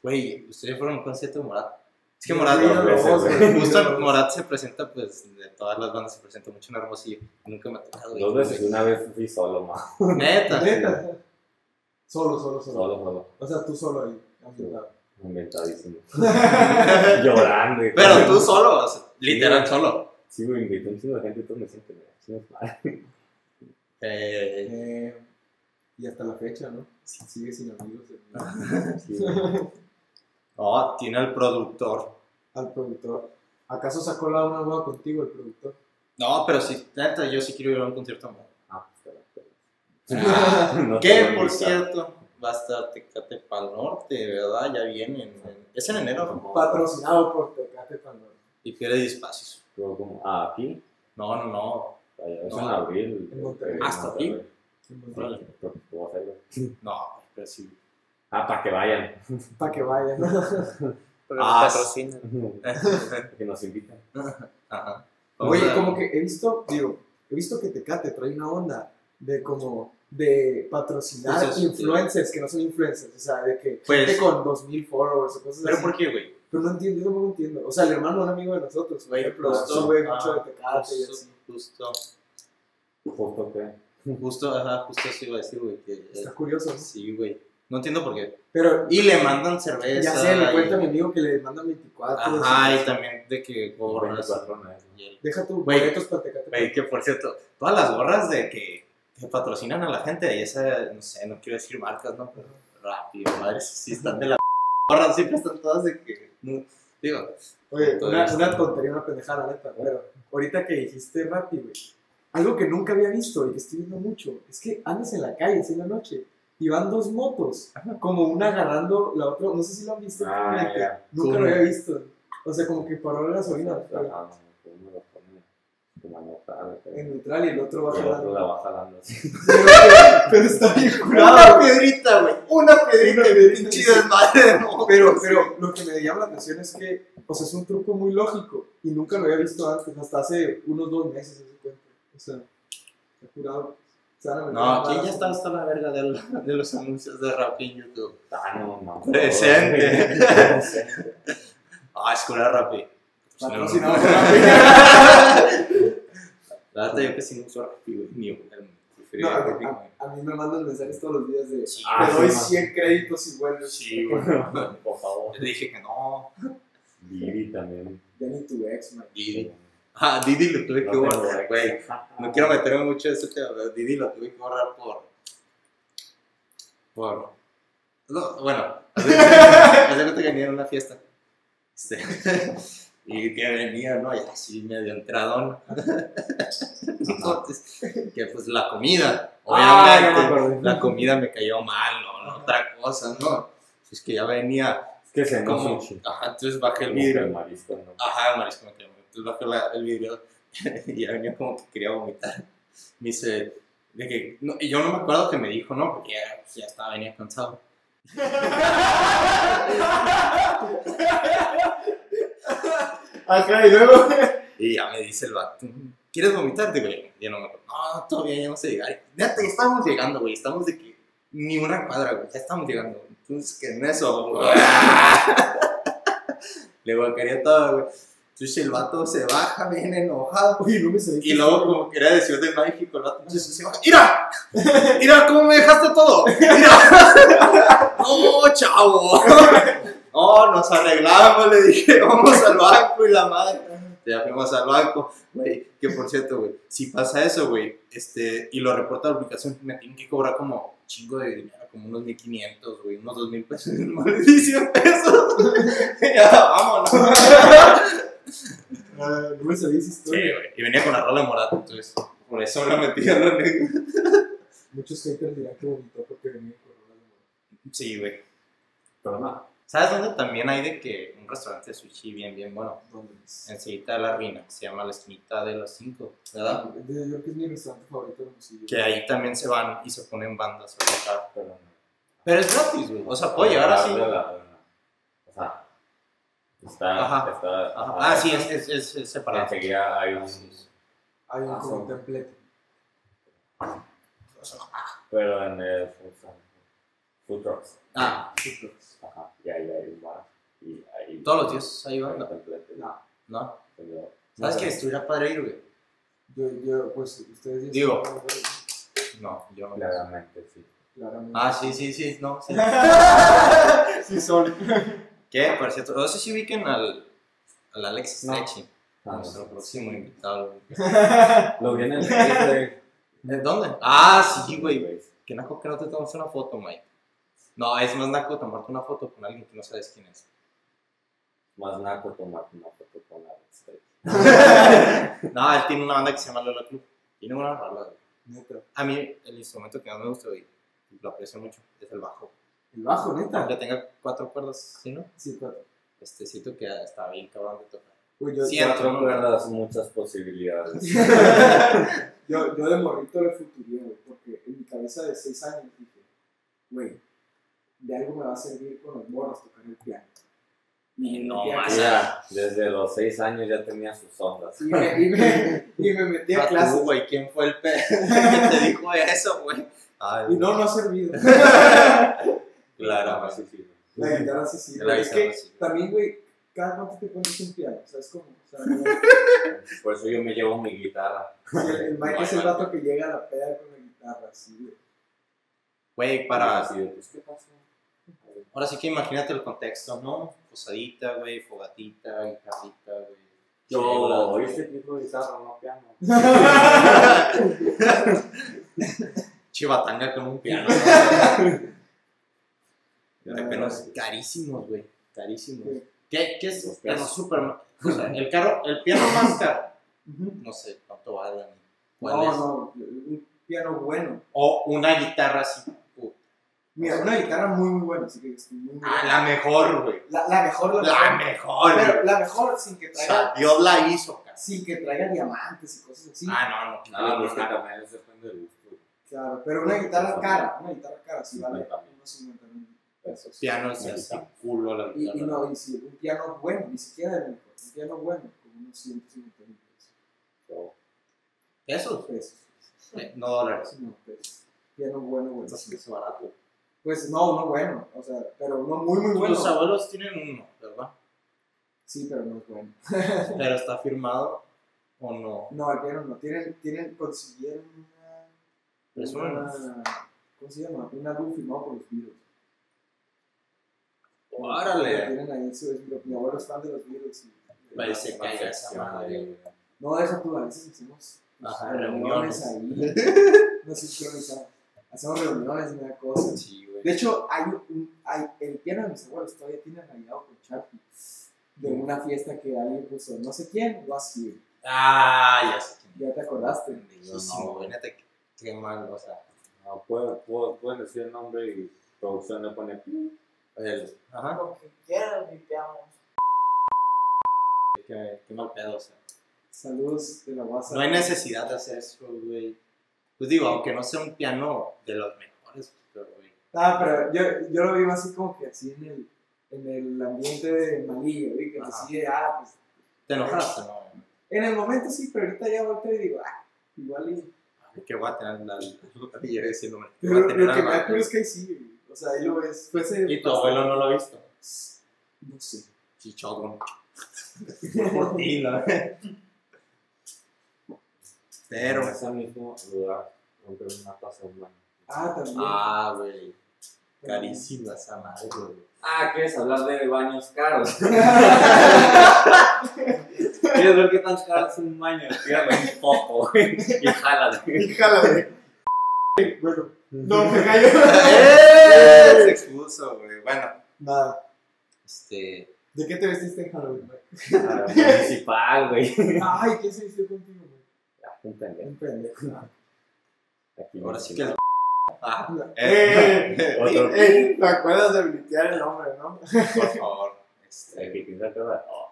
S2: Güey, ustedes fueron a un concierto de Morat. Es que
S3: Sí,
S2: Morat,
S1: yo
S3: no,
S1: dos
S3: no,
S1: veces,
S3: güey.
S2: justo
S3: No, no.
S2: Morat se presenta, pues, de todas las bandas se presenta mucho en Hermosillo. Nunca me ha tocado, güey.
S1: dos veces y una vez fui solo, más.
S2: Neta.
S3: Neta. Solo, solo, solo.
S1: Solo, solo.
S3: O sea, tú solo ahí. ambientado.
S1: Inventadísimo. Llorando. y
S2: Pero
S1: todo.
S2: tú solo, o sea, literal solo.
S1: Sí, me invitó un chingo de gente y todos me siento que mal.
S2: Eh,
S3: Eh, y hasta la fecha, ¿no? Sigue sin amigos. eh.
S1: Sí, güey.
S2: no, tiene al productor.
S3: Al productor. ¿Acaso sacó la una boda contigo el productor?
S2: No, pero sí, neta, yo sí quiero ir a un concierto de Morat.
S1: Ah, pues, espera,
S2: Ah,
S1: espera. No te voy
S2: que
S1: a
S2: por
S1: invitar.
S2: cierto va a estar Tecate Pal Norte, ¿verdad? Ya viene. en- en- es en enero, ¿no?
S3: Patrocinado por Tecate Pandora.
S2: Y pierde espacios.
S1: Luego como, ah, aquí.
S2: No, no, no.
S1: Allá, es
S2: No.
S1: en abril.
S3: En Monterrey.
S1: creo,
S2: ¿Hasta
S1: no,
S2: abril?
S1: pero-
S2: Órale.
S1: sí, pero puedo hacerlo.
S2: No, pero sí.
S1: Ah, para que vayan.
S3: Para que vayan. ¿no?
S2: Ah,
S1: que nos invitan.
S2: Ajá.
S3: Oye, como que he visto, digo, he visto que Tecate trae una onda de como de patrocinar
S2: Eso es-
S3: influencers que no son influencers, o sea, de que
S2: Pues-
S3: gente con 2000 followers o cosas
S2: ¿Pero
S3: así.
S2: por qué, güey?
S3: Pero no entiendo, yo tampoco entiendo. O sea, el hermano de un amigo de nosotros, por
S2: Güey,
S3: ejemplo,
S2: justo,
S3: sube
S2: ah,
S3: mucho de Tecate y así.
S2: Justo, justo,
S1: Justo que.
S2: justo, ajá, justo eso iba a decir, güey. Que, eh,
S3: Está curioso, ¿no?
S2: sí, güey. No entiendo por qué.
S3: Pero
S2: Y le mandan cerveza.
S3: ya sé, le
S2: y-
S3: cuenta a mi amigo que le mandan 24.
S2: Ajá,
S3: así.
S2: y también de que gorras.
S1: 24 horas, ¿no?
S2: y el-
S3: Deja tu
S2: Güey.
S3: boletos para Tecate.
S2: Güey, que por cierto, todas las gorras de que, que patrocinan a la gente, y esa, no sé, no quiero decir marcas, ¿no? Pero rápido, madre, sí están de la gorra, siempre están todas de que. no, digo,
S3: Oye,
S2: Todo
S3: una,
S2: esto.
S3: una tontería, una pendejada, la neta, pero ahorita que dijiste Rappi, güey, algo que nunca había visto y que estoy viendo mucho, es que andas en la calle, es en la noche, y van dos motos, como una agarrando la otra, no sé si lo han visto,
S1: Ah,
S3: claramente,
S1: ya.
S3: nunca
S2: ¿Cómo?
S3: lo había visto, o sea, como que paró la gasolina,
S1: Ah, no, no, no, no, no, no, no, no, como en neutral. creo.
S3: en neutral y el otro va
S1: Y el otro
S3: jalando.
S1: la va jalando así.
S3: Pero está bien
S2: Una
S3: curado.
S2: piedrita, güey. Una piedrita,
S3: Una
S2: güey.
S3: piedrita,
S2: Pinche
S3: sí.
S2: desmadre de moco.
S3: Pero, pero lo que me llama la atención es que, o sea, es un truco muy lógico y nunca lo había visto antes, hasta hace unos dos meses, se cuenta. O sea, está curado. Se van a meter
S2: No,
S3: en
S2: aquí ya
S3: balas.
S2: está hasta la verga de, la- de los anuncios de Rappi en YouTube.
S1: Ah, no, mamá.
S2: Presente.
S1: Presente.
S2: Ah, es cura Rappi. Pues no,
S3: Patrocinado
S2: no.
S3: por Rappi.
S2: La verdad, yo que sí no uso Rappi, güey. Ni uno.
S3: No,
S2: Preferiría
S3: a,
S2: Rappi, güey.
S3: a- a mí me mandan mensajes todos los días de
S2: Sí,
S1: Ah,
S3: te
S1: sí,
S3: doy
S1: ma.
S3: 100 créditos y vuelves.
S2: Sí, güey.
S1: Por favor.
S2: Le dije que no.
S1: Didi también.
S3: Ya ni tu ex, man.
S2: Didi. Ah, Didi lo tuve
S1: No
S2: que
S1: tengo
S2: borrar,
S1: ex.
S2: güey. No quiero meterme mucho en ese tema, pero Didi lo tuve que borrar por. Por. No, bueno, hace hace cuenta que venía en una fiesta. Este, y que venía, ¿no? Y así medio entradón. Entonces, que pues la comida,
S1: Ah,
S2: obviamente.
S1: ya me acordé.
S2: la comida me cayó mal, no, no otra cosa, ¿no? Es que ya venía.
S1: Es que se nos
S2: Como,
S1: mucho.
S2: ajá, entonces bajé el
S1: El
S2: vidrio.
S1: marisco, ¿no?
S2: Ajá, el marisco me quedó. Entonces bajé la- el video y ya venía como que quería vomitar. Me dice, de que, no, y yo no me acuerdo que me dijo, ¿no? Porque ya, ya estaba, venía cansado.
S3: Acá y luego.
S2: Y ya me dice el vato, ¿quieres vomitarte, güey? Yo no me acuerdo. No, todavía ya vamos a llegar. Neta, ya estamos llegando, güey. Estamos de que ni una cuadra, güey. Ya estamos llegando. Entonces, que en eso, güey. Le guacaría todo, güey. Entonces el vato se baja bien enojado.
S3: Oye, no me sabía.
S2: Y luego como que era de Ciudad de México, el vato entonces se baja, ¡Mira! ¡Mira cómo me dejaste todo! ¡Mira! ¡No, chavo! No, nos arreglamos, le dije, vamos al banco y la madre. Ya fuimos al banco, güey, que por cierto, güey, si pasa eso, güey, este, y lo reporta la aplicación, me tienen que cobrar como chingo de dinero, como unos 1500, güey, unos 2000 pesos, maldición pesos. ya, vámonos.
S3: Ah, no me sabía esa
S2: Sí,
S3: historia.
S2: güey, y venía con la rola morada, entonces, por eso me la metí a la negra.
S3: Muchos haters dirán que vomitó porque venía con Ronaldo.
S2: Sí, güey.
S1: Pero no.
S2: ¿Sabes dónde también hay de que un restaurante de sushi bien, bien bueno?
S3: ¿Dónde es?
S2: Enseguida de la ruina, que se llama La Esquinita de los Cinco, ¿verdad?
S3: Yo creo que es mi restaurante favorito de Hermosillo.
S2: Que ahí también se van y se ponen bandas a tocar.
S1: Pero no.
S2: Pero es gratis, güey. O sea, puedo llegar así.
S1: Habla la- O sea, está.
S2: Ajá.
S1: está
S2: Ajá. Ah, sí, es, Ah, es, es, es separado.
S1: Enseguida hay un.
S3: Hay un
S1: Ah,
S3: como
S1: sí.
S3: templete.
S1: Pero en el. food truck- Food trucks.
S2: Ah,
S1: Ajá. Y ahí hay un bar. Y ahí.
S2: todos los días hay
S1: hay un
S2: banda,
S1: templete,
S3: No.
S2: ¿no?
S1: pero-
S2: ¿Sabes
S1: no,
S2: qué? Estuviera padre ir, güey.
S3: Yo, yo, pues, ustedes ya
S2: Digo.
S3: saben, güey,
S2: No, yo no.
S1: Claramente, sí.
S3: Claramente.
S2: Ah, sí, sí, sí, no. Sí.
S3: sí, son.
S2: ¿Qué? Por cierto, no sé si ubiquen al, al Alex
S3: No.
S2: Stretchy,
S1: Ah,
S2: nuestro próximo invitado. güey.
S1: Lo vi en el Facebook.
S2: ¿De dónde? Ah, sí, güey. Qué naco que no te tomas una foto, Mike. No, es más naco tomarte una foto con alguien que no sabes quién es.
S1: Más naco tomar una foto con la estrella.
S2: No, él tiene una banda que se llama Lola Club. Tiene una rola. güey.
S3: Neta.
S2: A mí el instrumento que más me gusta y lo aprecio mucho es el bajo.
S3: El bajo, neta.
S2: Aunque tenga cuatro cuerdas, ¿sí no?
S3: Sí, cuatro.
S2: Este siento que está bien cabrón de tocar.
S3: Uy, yo,
S2: Cien.
S1: Cuatro cuerdas, muchas posibilidades.
S3: yo, yo de morrito le futuré, güey, porque en mi cabeza de seis años dije, güey, de algo me va a servir con los morros tocar el piano.
S2: Y no
S3: metí a
S2: más.
S3: clases.
S1: Mira, desde los seis años ya tenía sus ondas.
S3: Y me, y me, y me metí a
S2: Ah, tú,
S3: clases.
S2: güey, ¿quién fue el pe que te dijo eso, güey? Ay,
S3: Y no, no ha servido.
S2: Claro,
S1: Ah, sí, sí.
S3: La guitarra sí sirve.
S2: La
S3: es
S2: guitarra
S3: que
S2: sí.
S3: también, güey, cada cuánto te pones un piano, ¿sabes cómo? O sea, como-
S1: Por eso yo me llevo mi guitarra.
S3: sí, el, el Mike
S2: No,
S3: es el
S2: no.
S3: vato que llega a la peda con la guitarra, así, güey.
S2: Güey,
S1: Para
S2: para
S1: así de, pues, ¿qué pasó?
S2: Ahora sí que imagínate el contexto, ¿no? Posadita, güey, fogatita, guitarrita, güey.
S1: Yo,
S2: chelas, güey.
S1: oíste tipo guitarra, no piano.
S2: Chivatanga con un piano. ¿no? De repente, carísimos, güey. Carísimos.
S3: Ah. Sí.
S2: ¿Qué, qué es?
S1: Los
S2: Pero
S1: pesos.
S2: súper. O sea, el, carro, el piano más caro.
S3: Ujú.
S2: No sé cuánto vale. ni ¿Cuál
S3: No,
S2: es?
S3: no, un piano bueno.
S2: O una guitarra así. uh, puta.
S3: Mira, una guitarra muy, muy buena, así que estoy muy
S2: Ah,
S3: buena.
S2: la mejor, güey.
S3: La, la mejor, la,
S2: La
S3: mejor.
S2: mejor, güey.
S3: Pero la mejor sin que
S2: O sea,
S3: traiga.
S2: Dios la hizo, cara.
S3: sin que traiga diamantes y cosas así.
S2: Ah, no, no.
S1: No,
S2: no,
S1: pues que
S2: no, no.
S1: también es depende del gusto.
S3: Claro, pero una guitarra cara, una guitarra cara, sí vale
S1: Cincuenta mil.
S3: unos 50 mil
S1: Pesos.
S2: Pianos
S1: Me
S2: así,
S1: gusta.
S2: culo la
S3: Y, y
S2: guitarra.
S3: no, y sí, un piano bueno, ni siquiera el mejor, un piano bueno, como unos 150 mil pesos.
S1: Yo-
S2: ¿Pesos?
S3: pesos.
S2: Eh, No dólares.
S3: Sí, no, pesos. Piano bueno, bueno.
S2: Entonces es barato.
S3: Pues no, uno bueno, o sea, pero uno muy, muy bueno.
S2: Los abuelos tienen uno, ¿verdad?
S3: Sí, pero no es bueno.
S2: Pero está firmado o no.
S3: No, el piano no, tienen, tienen, consiguieron una...
S2: Pero son
S3: una- ¿Cómo se llama? Un álbum firmado por los Beatles. Lo
S2: Órale.
S3: Tienen ahí en su mi- mi abuelo está de los Beatles. y-
S2: Vale, se
S1: Una
S2: calla esa
S1: sección
S2: madre.
S1: ahí.
S3: No, deja tú, a veces hicimos
S2: Ajá,
S3: reuniones ahí. Nos sincronizamos. Hacemos reuniones y una cosa.
S2: Sí, güey.
S3: De hecho, hay un, hay, el piano de mis abuelos todavía tiene rayado con Charlie. De
S2: Mm.
S3: una fiesta que alguien puso, no sé quién, lo así.
S2: Ah, ya sé.
S3: Ya te acordaste.
S2: Buenísimo, güey. Neta, qué- qué mal, o sea.
S1: No, puedo, puedo, pueden decir el nombre y producción le pone pi.
S2: el- Ajá.
S4: Lo que quieras, limpiamos.
S2: Qué, qué mal pedo, o sea.
S3: Saludos de la WhatsApp.
S2: No hay necesidad de hacer eso, güey. Pues digo, aunque no sea un piano de los mejores, pero, güey.
S3: Ah, pero yo, yo lo vi más así como que así en el, en el ambiente de Malilla, ¿sí? que
S2: Ajá.
S3: así de, ah, pues.
S2: Te enojaste, ¿no?
S3: En el momento sí, pero ahorita ya volteo y digo, ah, igual y.
S2: Ay, Que voy a tener la pillera ese número. Que
S3: Pero
S2: voy a
S3: lo que
S2: tener
S3: me da
S2: algo.
S3: culo es que ahí sí, güey. o sea, ahí lo ves. Pues, eh,
S2: Y tu abuelo no lo ha visto.
S3: No sé.
S2: Chichón. Por ti, ¿no?
S1: En
S2: Pero.
S1: ese mismo lugar compré una taza de un baño.
S3: Ah, también.
S2: Ah, güey. Carísima esa madre, güey.
S1: Ah, ¿quieres hablar de baños caros? ¿Quieres ver qué tan caro es un baño? Tírame un poco güey, y jálate.
S3: Híjala, Bueno, no, me cayó.
S2: ¡Eh! Se expuso, güey. Bueno,
S3: Nada.
S2: este.
S3: ¿De qué te vestiste en Halloween, güey?
S1: Municipal, güey.
S3: Ay, ¿qué se vistió contigo, güey?
S1: Ah, un pendejo.
S3: Un pendejo.
S1: Aquí
S2: Ahora sí que el. Ah,
S3: ¡Eh!
S2: eh,
S1: Otro.
S3: Ey, ¿te acuerdas de blitear el nombre, no?
S2: Por favor.
S1: El
S2: Este.
S1: que pinta el cabello. Oh.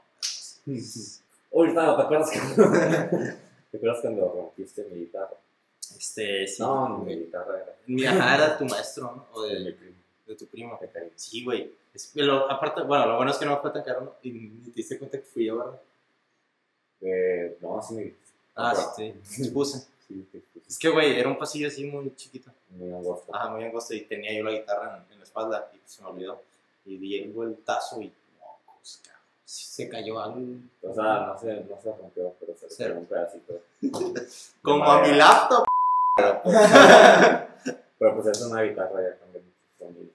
S1: Uy, claro, ¿te acuerdas cuando... ¿Te acuerdas cuando rompiste mi guitarra?
S2: Este, sí.
S1: No, no, mi guitarra era
S2: Mi ajá era tu maestro, ¿no? O
S1: de mi
S2: de,
S1: primo.
S2: de tu primo.
S1: que tenía.
S2: Sí, güey. Es que lo- aparte, bueno, lo bueno es que no fue tan caro, Y ni te diste cuenta que fui yo, ¿verdad?
S1: Eh, no, sí, mi-
S2: Ah,
S1: Ajá.
S2: sí, sí. Me puse.
S1: sí, sí, sí, sí,
S2: Es que, güey, era un pasillo así muy chiquito.
S1: muy angosto.
S2: Ajá, muy angosto. Y tenía yo la guitarra en, en la espalda. Y se me olvidó. Y di el vueltazo y. mocos, cabrón. Sí, se cayó algo.
S1: O sea, no se, no se rompió, pero se
S2: Cero.
S1: rompió un pedacito.
S2: Como
S1: De
S2: a mi
S1: madera.
S2: laptop.
S1: Pero pues es una guitarra ya con sonido.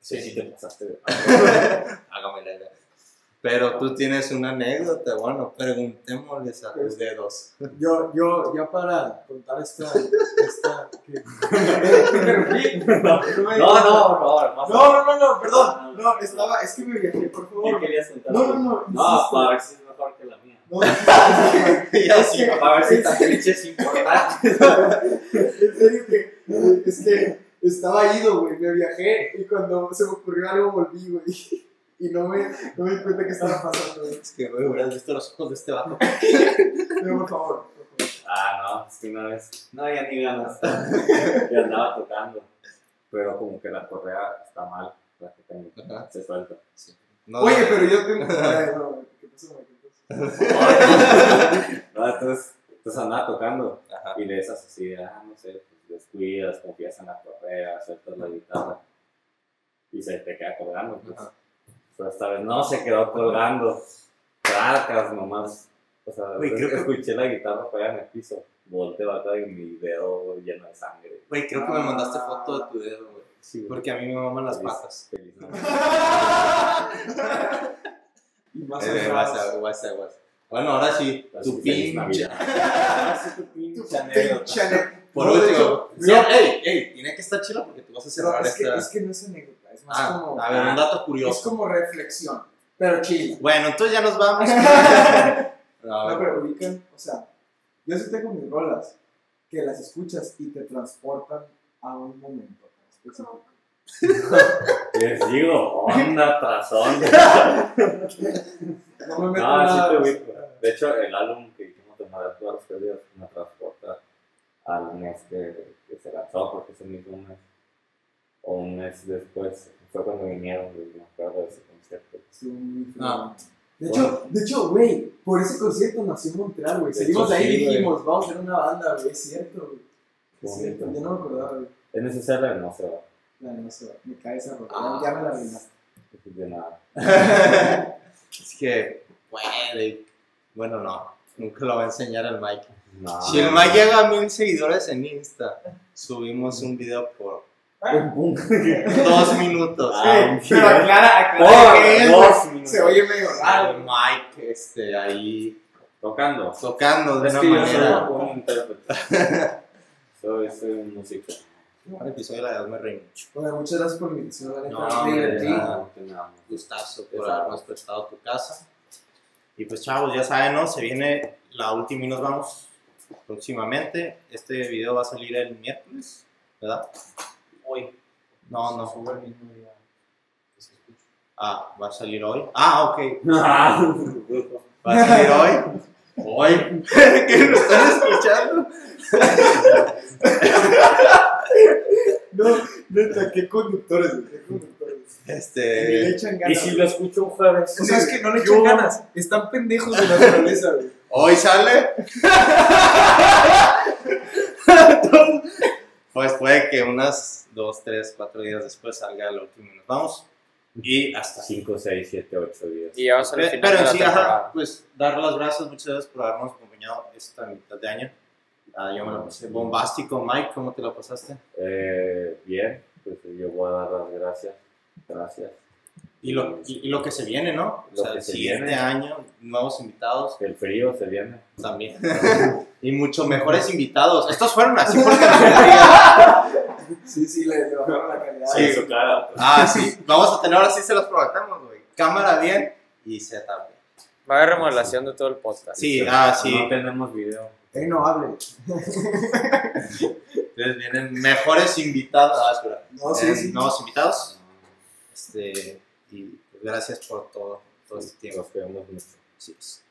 S1: Sí, sí, te pasaste. de-
S2: Hágame la idea. Pero tú tienes una anécdota, bueno, preguntémosles a tus dedos.
S3: Yo, yo, ya para contar esta. esta que... ¿Te interrumpí? No, me-
S1: No, no, por favor, más
S3: No, no, no, no, perdón. No, estaba, es que me viajé, por
S1: ¿Qué
S3: favor.
S1: querías contar?
S3: No, no, no.
S1: No,
S3: insiste.
S1: para ver si es mejor que la mía.
S3: No, en
S2: Ya sí.
S1: Para ver si esta pinche es importante.
S3: serio que, es que estaba ido, güey, me viajé y cuando se me ocurrió algo volví, güey, y no me, no me di cuenta que estaba pasando, güey.
S2: Es que, güey, hubieras visto los ojos de este vato.
S3: Pero por favor, por favor.
S1: Ah, no, es que una vez. No, ya ni ganas. Yo andaba tocando. Pero como que la correa está mal, la que tengo.
S2: Ajá.
S1: Se suelta.
S2: No,
S3: Oye,
S2: no.
S3: pero yo tengo... Ay, no, ¿qué pasó, güey? ¿Qué pasó?
S1: No, entonces, entonces andaba tocando.
S2: Ajá.
S1: Y de esas así, ah, no sé, pues, descuidas, confías en la correa, sueltas la guitarra. Y se te queda colgando, pues.
S2: Ajá.
S1: Pero esta vez no se quedó colgando. Tracas nomás. O sea,
S2: Güey, creo que-
S1: escuché la guitarra pegar en el piso. Volteo acá y mi dedo lleno de sangre.
S2: Güey, creo que me mandaste foto de tu dedo, güey.
S1: Sí, güey.
S2: Porque a mí me maman las patas.
S1: Feliz Navidad.
S3: Y más
S2: Eh,
S3: atrás.
S2: WhatsApp, WhatsApp, WhatsApp. Bueno, ahora sí,
S1: Así
S2: tu
S1: que feliz
S2: pinche.
S1: Navidad. Ah, Tu pinche anécdota.
S3: Chale.
S2: Por
S3: No, de
S2: último,
S3: hecho,
S2: sí,
S3: no,
S2: ey, ey, tiene que estar chido porque tú vas a cerrar
S3: no, es, que,
S2: esta.
S3: es que no es anécdota, es más
S2: Ah,
S3: como...
S2: a ver, un dato
S3: es
S2: curioso.
S3: como reflexión, pero chila.
S2: Bueno, entonces ya nos vamos.
S3: No,
S2: No,
S3: pero ubican, o sea, yo sí tengo mis rolas que las escuchas y te transportan a un momento. específico.
S1: Les digo, onda tras onda.
S3: No
S1: No,
S3: me meto nada.
S1: sí te
S2: Ah,
S3: más.
S1: ubico. De hecho, el álbum que al mes que, que se lanzó, porque se mismo un mes, o un mes después, fue cuando vinieron, güey, me acuerdo de ese concierto.
S3: Estuvo muy feo.
S2: No.
S3: De hecho, de hecho, güey, por ese concierto nació Montreal, güey.
S1: De
S3: Salimos
S1: hecho,
S3: de ahí
S1: sí,
S3: y
S1: güey.
S3: dijimos, vamos a hacer una banda, güey, es cierto, güey.
S1: Qué
S3: Es cierto,
S1: bonito.
S3: yo no me acordaba, güey.
S1: ¿Es necesario? No se va,
S3: La no se va, me cae esa ropa.
S2: Ah.
S3: ya me la arruinaste.
S1: de nada.
S2: Es que, güey, bueno, no, nunca lo va a enseñar el Mike.
S3: Ah.
S1: No.
S2: Si el Mike llega a mil seguidores en Insta, subimos un video por
S1: Pum, pum.
S2: dos minutos.
S1: Ah,
S3: Pero aclara,
S1: Por
S3: aclara que es,
S1: dos
S3: güey.
S1: minutos.
S3: Se oye medio raro.
S2: Ah, El Mike, este, ahí
S1: Tocando.
S2: tocando de
S1: Es
S2: una
S1: que yo soy
S2: manera.
S1: un buen intérprete. soy, soy un músico.
S2: Un episodio de la edad me reí mucho.
S3: Bueno, muchas gracias por la invitación, la neta.
S2: No,
S3: me
S2: hombre,
S3: divertí.
S2: nada.
S1: nada.
S2: gustazo por
S1: Exacto.
S2: habernos prestado tu casa. Y pues chavos, ya saben, ¿no? Se viene la última y nos vamos próximamente. Este video va a salir el miércoles, ¿verdad? Hoy. No, no.
S4: Sube el mismo día.
S2: Ah, va a salir hoy. Ah, ok.
S1: No.
S2: Va a salir hoy. Hoy. que lo están escuchando.
S3: No, neta, qué conductores, güey, qué conductores. Ni le
S2: Este.
S3: echan
S1: Y
S3: ganas.
S1: si lo escucho un jueves.
S3: O sea, es que no le echan ganas. Están pendejos de naturaleza, güey.
S2: Hoy sale. pues puede que unas dos, tres, cuatro días después salga el último y nos vamos. Y hasta aquí.
S1: 5, 6, 7, 8, 10.
S5: Y ya vas al
S2: Pe-
S5: final
S2: Pero
S5: de
S2: en
S5: la
S2: sí, ajá,
S5: temporada.
S2: pues dar las gracias, muchas gracias por habernos acompañado esta mitad de año. Ah, yo me lo pasé bombástico, Mike, ¿cómo te lo pasaste?
S1: Eh, bien, pues yo voy a dar las gracias. Gracias.
S2: Y lo, y, y lo que se viene, ¿no? O
S1: Lo
S2: sea,
S1: que
S2: el
S1: se
S2: siguiente
S1: viene.
S2: año, nuevos invitados
S1: El frío se viene.
S2: también. y muchos mejores invitados. Estos fueron así porque nos querían.
S3: Sí, sí, le, le bajaron la calidad.
S2: Sí.
S1: su cara.
S2: Ah, sí, vamos a tener, ahora sí se los prometemos, güey. Cámara bien y Z bien.
S5: Va a haber remodelación de todo el podcast.
S2: Sí, ah, sí.
S1: No tenemos video.
S3: Ey, no hable.
S2: Entonces vienen mejores invitados. Ah, espera.
S3: No, sí,
S2: Eh,
S3: sí.
S2: Nuevos invitados. Este, y gracias por todo, todo este tiempo.
S1: Nos quedamos mucho.
S2: Sí, sí.